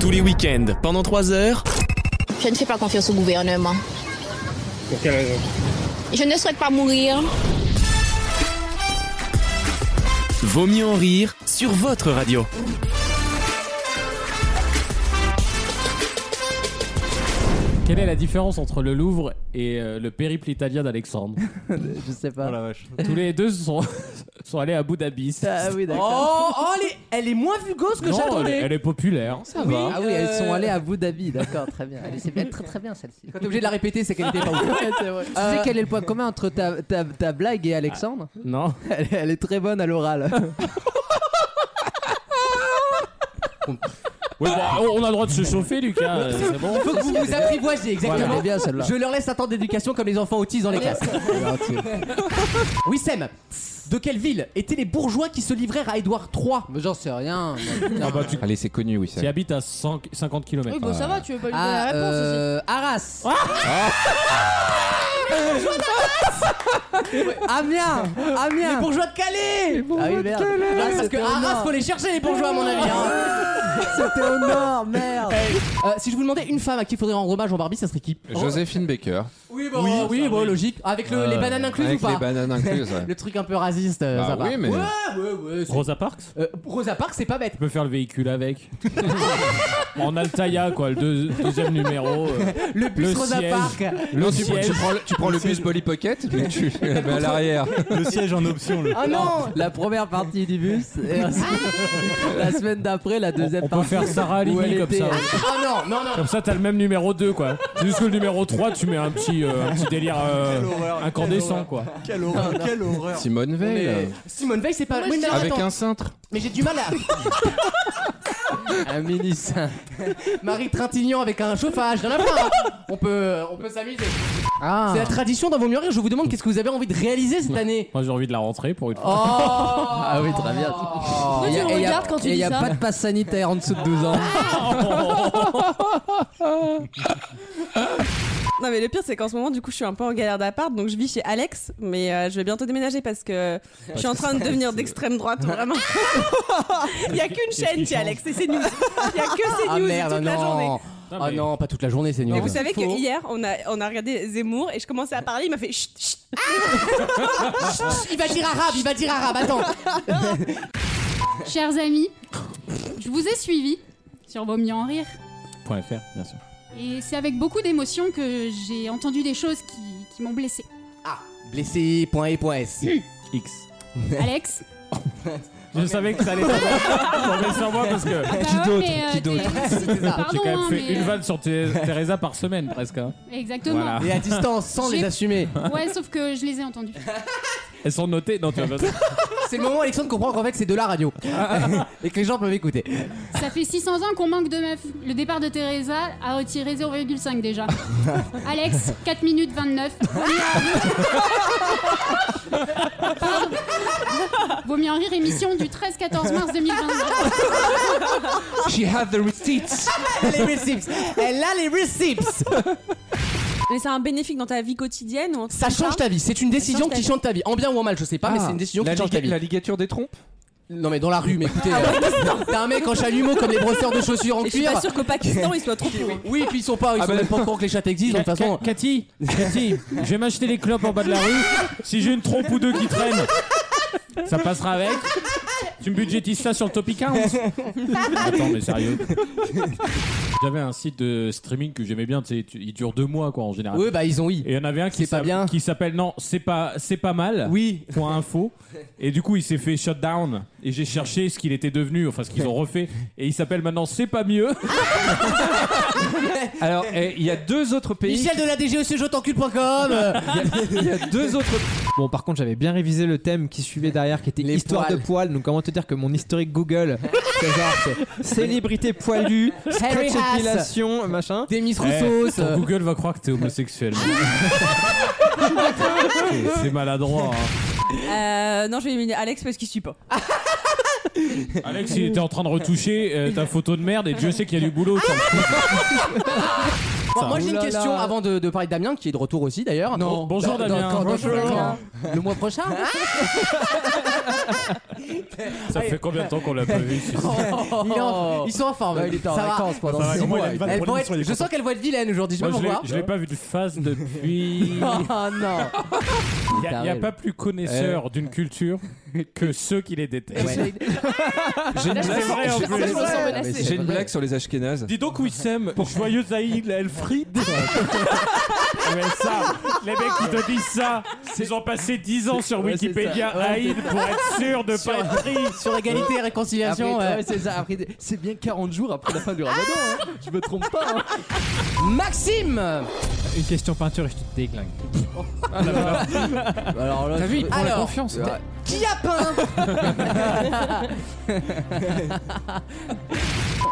Tous les week-ends, pendant 3 heures. Je ne fais pas confiance au gouvernement. Pour quelle raison Je ne souhaite pas mourir. Vaut mieux en rire sur votre radio. Quelle est la différence entre le Louvre et euh, le périple italien d'Alexandre Je sais Oh pas. Tous les deux sont, sont allés à Abu Dhabi. Ah oui, d'accord. Oh, oh, elle, est, elle est moins vulgose que Non, elle, j'attendais. elle est populaire. Ça Oui, ah oui, elles sont euh, allées à Abu Dhabi, d'accord, très bien. Elle est- c'est très très bien celle-ci. Quand t'es obligé de la répéter, c'est qu'elle était pas Euh, ouf. Ouais, c'est vrai. Tu sais quel est le point commun entre ta, ta, ta blague et Alexandre Ah. Non. elle, est- elle est très bonne à l'oral. Ouais, bah, on on a le droit de se chauffer, Lucas. euh, C'est bon. Faut que vous vous apprivoisiez, Elle exactement. est bien celle-là. Je leur laisse un temps d'éducation comme les enfants autistes dans les classes. Oui, Sam, de quelle ville étaient les bourgeois qui se livrèrent à Édouard Ah bah, III Mais J'en sais rien. Allez, c'est connu, oui. ça. Qui habite à 100 50 km. Oui, bon, ça va, tu veux pas lui donner la Ah, réponse aussi. euh, Arras. Ah Amiens, Les Amiens. bourgeois de Calais Ah oui, Ah, merde. Ah, Parce que c'était au Arras, nord. faut les chercher les bourgeois, à mon avis. hein. C'était au nord, merde. Euh, si je vous demandais une femme à qui il faudrait rendre hommage en Barbie, ça serait qui Joséphine Baker. Oui, bah, bon, oui, bon, logique. Avec le- les bananes incluses Euh, Avec ou pas les bananes incluses. ouais. Le truc un peu raciste, euh, Bah ça va. oui, mais- Ouais, ouais, ouais. c'est- Rosa Parks Euh, Rosa Parks, c'est pas bête. Tu peux faire le véhicule avec. en Altaïa, quoi, le deux- deuxième numéro. euh, Le bus Le Rosa siège. Parks. Non, le tu, siège. tu prends le, tu prends le bus Polly Pocket, mais tu le mets à l'arrière. Le siège en option, le. Ah non La première partie du bus et la semaine- la semaine d'après la On, deuxième on peut partie. faire Sarah où elle Halimi comme était- ça. ouais. Ah non, non, non Comme ça, t'as le même numéro 2, quoi. C'est juste que le numéro 3, tu mets un petit, euh, un petit délire euh, incandescent, quoi. Quelle horreur, quelle horreur. Simone Veil. Mais euh, Simone Veil, c'est pas. Oui, mais alors, Avec attends, un cintre. mais j'ai du mal à. un mini cinq. Marie Trintignant avec un chauffage, rien à voir. hein. On peut, on peut s'amuser. Ah. C'est la tradition dans Vos Mieux Rires. Je vous demande qu'est-ce que vous avez envie de réaliser cette année. Moi, j'ai envie de la rentrer pour une Oh fois. Ah oui, très bien. Pourquoi tu y a- le y a- regardes Oh, quand tu et dis y a ça pas de passe sanitaire en dessous de 12 ans. Non mais le pire c'est qu'en ce moment du coup je suis un peu en galère d'appart donc je vis chez Alex mais euh, je vais bientôt déménager parce que je suis en train de devenir d'extrême droite vraiment. Il y a qu'une chaîne chez Alex et c'est news. Il y a que c'est Ah news merde, toute la journée. non. Ah non, pas toute la journée, c'est nul. Et vous savez que hier on a on a regardé Zemmour et je commençais à parler il m'a fait chut chut. Il va dire arabe, il va dire arabe. Attends. Chers amis, je vous ai suivi sur Vaut mieux en rire. Point .fr, bien sûr. Et c'est avec beaucoup d'émotion que j'ai entendu des choses qui, qui m'ont blessée. Ah, blessé. Point et point S. X. Alex Oh, Je savais que ça allait tomber ça tombait sur moi parce que Ah bah Qui ouais, d'autre mais, euh, Qui d'autre t'es- j'ai Pardon, quand même hein, fait mais, une euh, vanne sur Thé- Teresa par semaine, presque. hein. Exactement. Voilà. Et à distance, sans J'ai- les assumer. Ouais, sauf que je les ai entendus. Elles sont notées. Non, tu vas pas- C'est le moment où Alexandre comprend qu'en fait c'est de la radio. et que les gens peuvent écouter. Ça fait 600 ans qu'on manque de meufs. Le départ de Teresa a retiré 0,5 déjà. Alex, 4 minutes 29. Vaut mieux en rire. Pardon. Vaut mieux en rire, émission du 13-14 mars 2022. Ah. She had the receipts. Elle a les receipts. Elle a les receipts. Mais c'est un bénéfique dans ta vie quotidienne ou un truc Ça comme change ta vie. C'est une décision change ta qui vie. change ta vie. En bien ou en mal, je sais pas, mais Ah, c'est une décision la, qui change ta liga- vie. la ligature des trompes Non mais dans la rue, mais écoutez, euh, t'as un mec en chalumeau comme les brosseurs de chaussures en Ah, Et je suis pas cuir. sûre qu'au Pakistan ils soient trop bourrés. Oui, et puis ils sont pas, ils Ah sont bah même pas encore que les chats existent, donc de toute façon. Ca- Cathy, Cathy, je vais m'acheter les clopes en bas de la rue. Si j'ai une trompe ou deux qui traînent, ça passera avec. Tu me budgétises ça sur le Topic 1 Attends, mais sérieux. J'avais un site de streaming que j'aimais bien. tu sais, tu- Il dure deux mois, quoi, en général. Oui, bah ils ont i. Et il y en avait un qui C'est pas s'a- bien. Hein qui s'appelle non, c'est pas c'est pas mal. Oui. Point info. Et du coup, il s'est fait shut down. Et j'ai cherché ce qu'il était devenu, enfin ce qu'ils ont refait. Et il s'appelle maintenant C'est pas mieux. Alors, eh, il y a deux autres pays. Michel de la E DGEC, je t'encule.com. euh, Il y a deux autres. Bon, par contre, j'avais bien révisé le thème qui suivait derrière, qui était Les histoire poils. de poils. Donc, comment te dire que mon historique Google, c'est genre c'est célébrité poilue, Harry scotch Haas. épilation, machin. Des Miss Eh, Rousseau. ton euh, Google va croire que t'es homosexuel. Ah C'est- c'est maladroit. hein. Euh, non je vais éliminer Alex parce qu'il suit pas. Alex, il était en train de retoucher euh, ta photo de merde et Dieu sait qu'il y a du boulot. autour. Bon, moi j'ai une Oulala. question avant de, de parler de Damien qui est de retour aussi d'ailleurs. Non. Dans- Bonjour, dans- Damien. dans- dans- Bonjour. Le mois prochain Ça fait combien de temps qu'on l'a pas vu celui-ci Il est en- Ils sont en forme. Ouais, il était en Ça va. vacances pendant Ça va, six au moins, mois. Ah, il a une vanne Elles pour vont lui, être- soyez Eh, Je sens contents. qu'elles vont être vilaines aujourd'hui. Je sais Moi, pas je l'ai- pourquoi. je l'ai pas vu de face depuis. Oh non Il n'y a, pas plus Eh. connaisseur d'une culture que ceux qui les détestent. Ah, Ah, J'ai une Là, je blague- me sens- je- je me sens Ah, menacée. mais J'ai une blague sur les Ashkénazes. Dis donc, Wissem, joyeux Aïd Elfried. Mais ça, les mecs qui te disent ça, ils ont passé 10 ans sur Ouais, c'est Wikipédia ça. Ouais. Aïd pour être sûr de Sur- pas être pris. Sur égalité et réconciliation. Après, Ah, ouais. ouais, c'est ça, après, c'est bien 40 jours après la fin du ramadan. hein. Je me trompe pas. hein. Maxime Une question peinture et je te déglingue. Bah Alors là, T'as vu, il je- prend la Alors, confiance. ouais. Qui a peint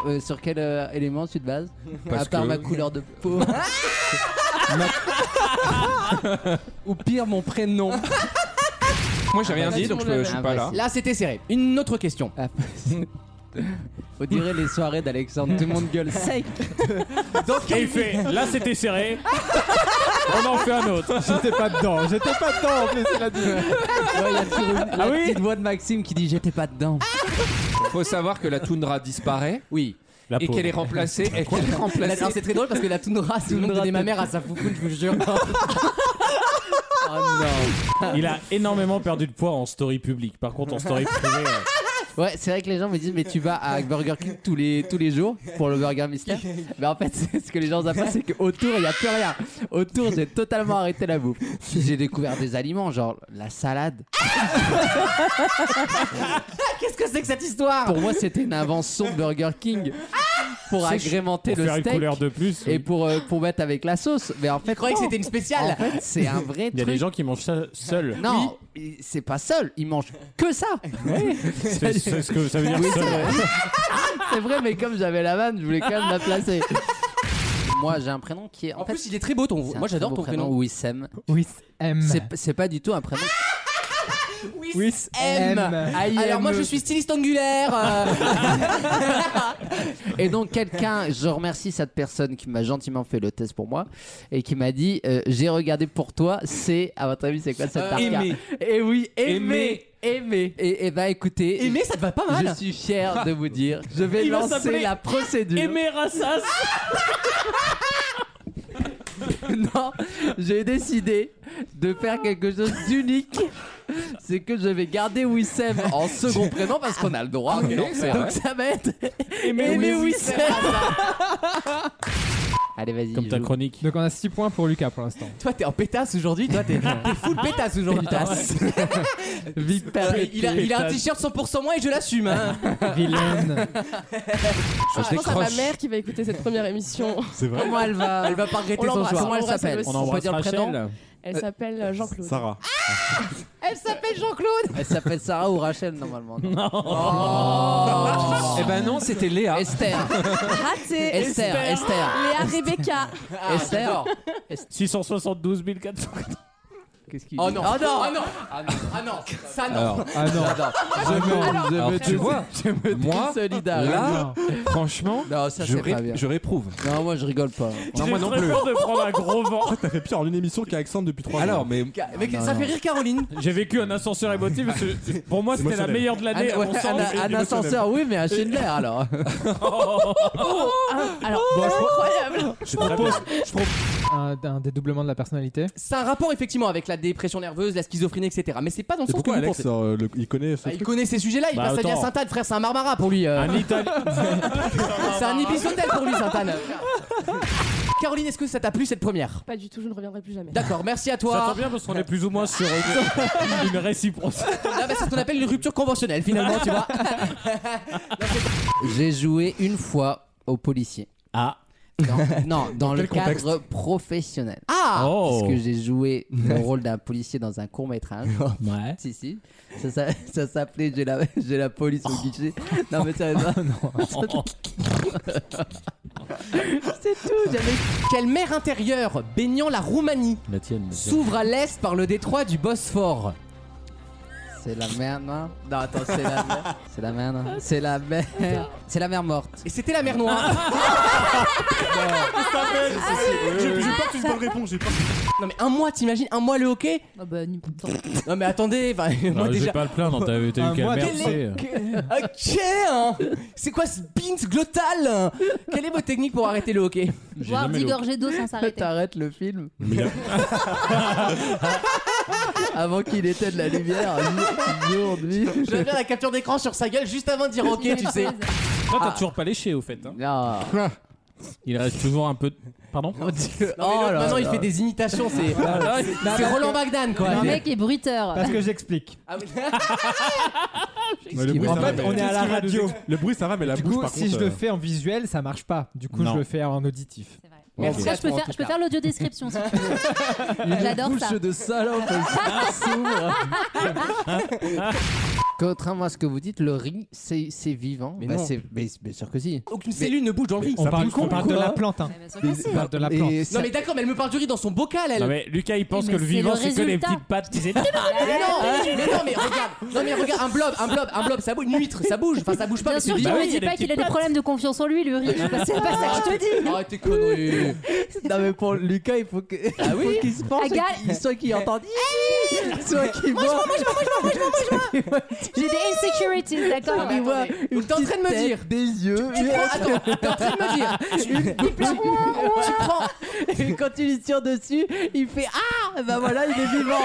Euh, Sur quel euh, élément tu te bases Parce À part que- ma couleur de peau. Ma- Ou pire, mon prénom. Ah, Moi j'ai rien Bah, dit tout donc le je monde peux- je l'avait. suis pas là. Là, c'était serré. Une autre question. bah, On dirait les soirées d'Alexandre. Tout le monde gueule sec. Dans Et quel il fait, là c'était serré, on en fait un autre. J'étais pas dedans, j'étais pas dedans en plus, il a dit. Ouais, Il y a toujours une la Ah oui petite voix de Maxime qui dit J'étais pas dedans. Faut savoir que la toundra disparaît Oui. La et peau. qu'elle est remplacée. et qu'elle est La- remplacée. non, c'est très drôle parce que la toundra, c'est le nom que donnait ma mère à sa foufoune, je vous jure. Il a énormément perdu de poids en story publique. Par contre, en story privée, euh, Ouais, c'est vrai que les gens me disent mais tu vas à Ah, Burger King tous les tous les jours pour le burger mystère. Mais en fait, c'est- ce que les gens savent pas, c'est qu'autour il y a plus rien. Autour, j'ai totalement arrêté la bouffe. J'ai découvert des aliments genre la salade. Qu'est-ce que c'est que cette histoire Pour moi, c'était une invention de Burger King pour C'est ch- agrémenter pour faire le une steak couleur de plus. et pour euh, pour mettre avec la sauce. Mais en fait, je croyais que c'était une spéciale. En fait, c'est un vrai Il y a des truc. gens qui mangent ça seuls. Non, c'est pas seul. Ils mangent que ça. C'est c'est ce que ça veut dire Oui, c'est seul. vrai. C'est vrai, mais comme j'avais la vanne, je voulais quand même la placer. Moi, j'ai un prénom qui est. En, En fait, plus, il est très beau ton. c'est un Moi, très j'adore beau ton prénom. Wissem. With M. C'est c'est pas du tout un prénom. With M. Alors moi je suis styliste angulaire. euh. et donc quelqu'un, je remercie cette personne qui m'a gentiment fait le test pour moi et qui m'a dit euh, j'ai regardé pour toi. C'est à votre avis c'est quoi cette Euh, marque aimer. Et oui aimer aimer. Et, et bah écoutez. Aimé, ça te va pas Je mal. suis fier de vous dire, je vais Il va lancer s'appeler la procédure. Aimer Rassas Non, j'ai décidé de faire quelque chose d'unique. C'est que je vais garder Wissem en second prénom parce qu'on a le droit. non, c'est Donc vrai. ça va être Aimer Aimé Wissem. Wissem. Allez, vas-y. Comme ta joue. chronique. Donc on a 6 points pour Lucas pour Ah, l'instant. Toi, t'es en pétasse aujourd'hui. Toi, t'es t'es full pétasse aujourd'hui. Euh, Vite Et Il a, il a un t-shirt 100% moins et je l'assume. hein. Vilaine. Je Je pense à ma décroche. mère qui va écouter cette première émission. C'est vrai. Comment elle va Elle va pas On regretter son l'embrasse, choix. on Comment elle l'embrasse, s'appelle elle aussi. On embrasse Rachel. Elle s'appelle euh, Jean-Claude. Sarah. Elle s'appelle Jean-Claude. Elle s'appelle Sarah ou Rachel normalement. non Oh. Eh ben non, c'était Léa. Esther. Raté. Esther. Esther. Léa Rebecca. Esther. 672 400. Oh non. Oh non. Ah Oh non. Ça non. Alors, Ah non. Je alors, me tu vois, moi, solidaire. là, franchement, Non, ça je, c'est ré- pas bien. je réprouve. Non, moi je rigole pas. Non, moi non très plus. peur de prendre un gros vent. T'as fait pire en une émission qu'Alexandre depuis 3 Alors, mais Mais ça fait rire Caroline. J'ai vécu un ascenseur émotif parce que pour moi c'était la Émotionnel. meilleure de l'année. Un, à mon ouais, sens. un- un ascenseur, oui, mais un Schindler alors. Ah, je propose. Un, un dédoublement de la personnalité. C'est un rapport effectivement avec la dépression nerveuse, la schizophrénie, etc. Mais c'est pas dans le Et sens que pourquoi vous Alex, pensez. euh, le- il connaît ce Bah, il truc connaît ces sujets-là, il Bah, passe sa vie à attends. Ah, Sainte-Anne, frère, c'est un Marmara pour lui. euh. Un Italien. C'est un hôtel pour lui, Sainte-Anne. Caroline, est-ce que ça t'a plu cette première Pas du tout, je ne reviendrai plus jamais. D'accord, merci à Ça tombe toi. bien parce qu'on est plus ou moins sur une, une réciprocité. Là, bah, c'est ce qu'on appelle une rupture conventionnelle finalement, tu vois. J'ai joué une fois au policier. Ah. Dans- non, dans le quel contexte cadre professionnel. Ah Oh. Parce que j'ai joué le rôle d'un policier dans un court métrage. Ouais. Si, si. Ça, s'a- ça s'appelait J'ai la, j'ai la police au guichet. Non, mais ça non. C'est tout, j'avais. Quelle mer intérieure baignant la Roumanie La tienne. s'ouvre à l'est par le détroit du Bosphore C'est la merde, non Non, attends, c'est la merde. C'est la merde. hein. C'est la merde. C'est la mère morte. Et c'était la mer noire. Ah, J'ai j'ai peur que tu une bonne réponse. J'ai peur. Non mais un mois, t'imagines un mois le hockey bah, ni Non mais attendez, enfin, moi Non, j'ai déjà. pas le plaindre, t'as t'as Un eu qu'à mois, mercer. Ok, hein. c'est quoi ce pins glottal hein Quelle est votre technique pour arrêter le hockey J'ai Boire jamais dix le hockey. gorgées d'eau sans s'arrêter. T'arrêtes le film. Avant qu'il éteigne la lumière, aujourd'hui. J'aime bien la capture d'écran sur sa gueule juste avant de dire ok, tu sais. Toi, t'as toujours pas léché, au fait. hein. Il reste toujours un peu. de- Pardon Non, Oh mais l'autre, maintenant il fait des imitations, c'est Ah, ouais. c'est Roland Bagdan quoi. Le mec est bruiteur. Parce que j'explique. Mais le En bruit, ça va, fait, mais- on est à la radio. Le bruit, ça va, mais la Du bouche, coup, par si contre. je le euh, fais en visuel, ça marche pas. Du coup, Non. je le fais en auditif. En tout cas, je peux Bon, en faire, je tout peux cas. faire l'audiodescription si tu veux. J'adore ça. de salope Contrairement à ce que vous dites, le riz, c'est c'est vivant. Bah, non. c'est- Mais bien sûr que si. Aucune cellule ne bouge dans le riz. On parle, pousse on con, parle de quoi. la plante. hein. On Bah, parle de la Et plante. Non ça- mais d'accord, mais elle me parle du riz dans son bocal elle. Non, mais Lucas, il pense Mais que le c'est vivant, le c'est que les résultat. petites pattes. Ils étaient- Mais non, mais non, mais regarde, non mais regarde, un blob, un blob, un blob, ça bouge, une huître, ça bouge, enfin ça bouge pas, Bien mais c'est sûr, je vivant. oui, ne il y dis a des pas qu'il Ah, a petites des problèmes de confiance en lui, le riz. C'est pas c'est pas ça que je te dis. Arrête tes conneries. Ah Non, mais pour Lucas, il faut que- il faut qu'il se penche. Agathe. et qu'il- Soit qu'il entende. Eh Soit qu'il voit. J'ai des insecurities, d'accord Il voit Ah, Attendez, une t'es en train de me petite dire. tête, des yeux. Tu prends, attends, t'es en train de me dire, tu prends. Et quand tu lui tires dessus, il fait Ah Bah voilà, il est vivant.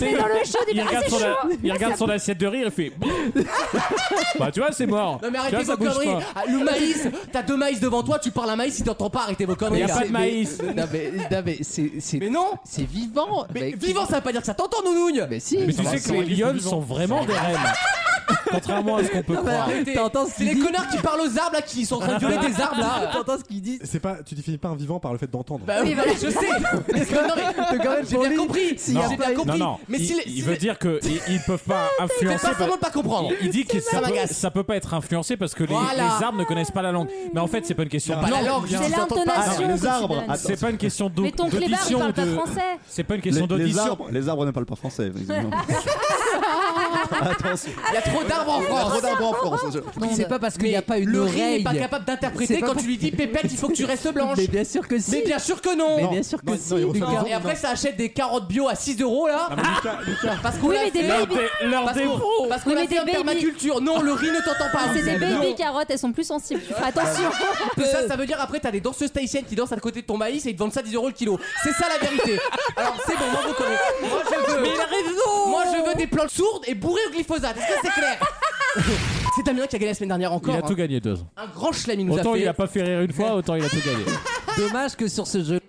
Mais dans le chaud, il Il fait regarde, assez son, chaud. il regarde son assiette de riz, il fait. bah, tu vois, c'est mort. non mais tu vois, arrêtez ça vos bouge conneries, pas. Ah, le maïs, t'as deux maïs devant toi, tu parles à maïs, si t'entends pas, arrêtez vos Il conneries. n'y a là. pas de maïs. Non, mais, non, mais c'est. c'est- Mais non, C'est vivant. mais Bah, vivant ça veut pas dire que ça t'entend nounougne. Mais si. Mais tu sais que les lions sont vraiment des reines. Contrairement à ce qu'on peut croire. Arrêtez. T'entends ce C'est qu'il les dit connards qui parlent aux arbres là, qui sont en train de violer des arbres là. T'entends ce qu'il dit C'est pas, tu définis pas un vivant par le fait d'entendre. Bah oui, bah, je sais. Parce que non, mais- Donc, quand même, J'ai pour bien lui, compris. s'il y a J'ai pas- bien compris. Non, non. Mais il, si les- il si veut les- dire qu'ils ils peuvent pas Fais influencer. pas semblant de pas comprendre. Il dit que ça, Ça peut, m'agace. ça peut pas être influencé parce que les, Voilà. les arbres ne connaissent pas la langue. Mais en fait, c'est pas une question de Pas la langue. langue, C'est si t'entends pas- l'intonation. que tu arbres. donnes. Attends, C'est pas une question Ah, d'au- Mais ton clébard, il d'audition. parle pas de- français. C'est pas une Les, question les d'audition. arbres, les arbres ne parlent pas français. visiblement. Attention. Il y a trop Ah, d'arbres en Il y a France. trop d'arbres en France. C'est pas parce qu'il n'y a pas une le riz n'est oreille. pas capable C'est d'interpréter pas quand parce- tu lui dis pépette, il faut que tu restes blanche. Mais bien sûr que si. Mais bien sûr que non. Mais bien sûr que Non, si. non, ils Lucas. refont Et après, ça achète des carottes bio à 6 euros là. Ah. Parce qu'on Oui, l'a mais des fait- baby- Leur dé- Leur Parce qu'on- défaut. parce qu'on Oui, l'a mais fait des en baby- permaculture. Non, le riz ne t'entend Ah, Ah, pas. C'est des Non. baby carottes, elles sont plus sensibles. Tu fais attention. Que ça, ça veut dire après, t'as des danseuses tahitiennes qui dansent à côté de ton maïs et ils te vendent ça 10 euros le kilo. C'est ça la vérité. Alors c'est bon, moi vous connaissez. Moi je veux. Moi je veux des plantes sourdes et bourrées au glyphosate. Est-ce que c'est clair C'est Damien qui a gagné la semaine dernière Il encore. a tout hein. gagné deux ans. Un grand chelem il nous Autant a fait. il a pas fait rire une fois, autant il a tout gagné. Dommage que sur ce jeu.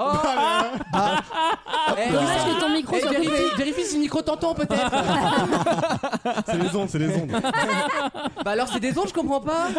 Oh. Ah. Eh, Dommage que ah. ton micro eh, soit coupé. vérifie, vérifie si le micro t'entend peut-être. C'est les ondes, c'est les ondes. bah alors c'est des ondes, je comprends pas.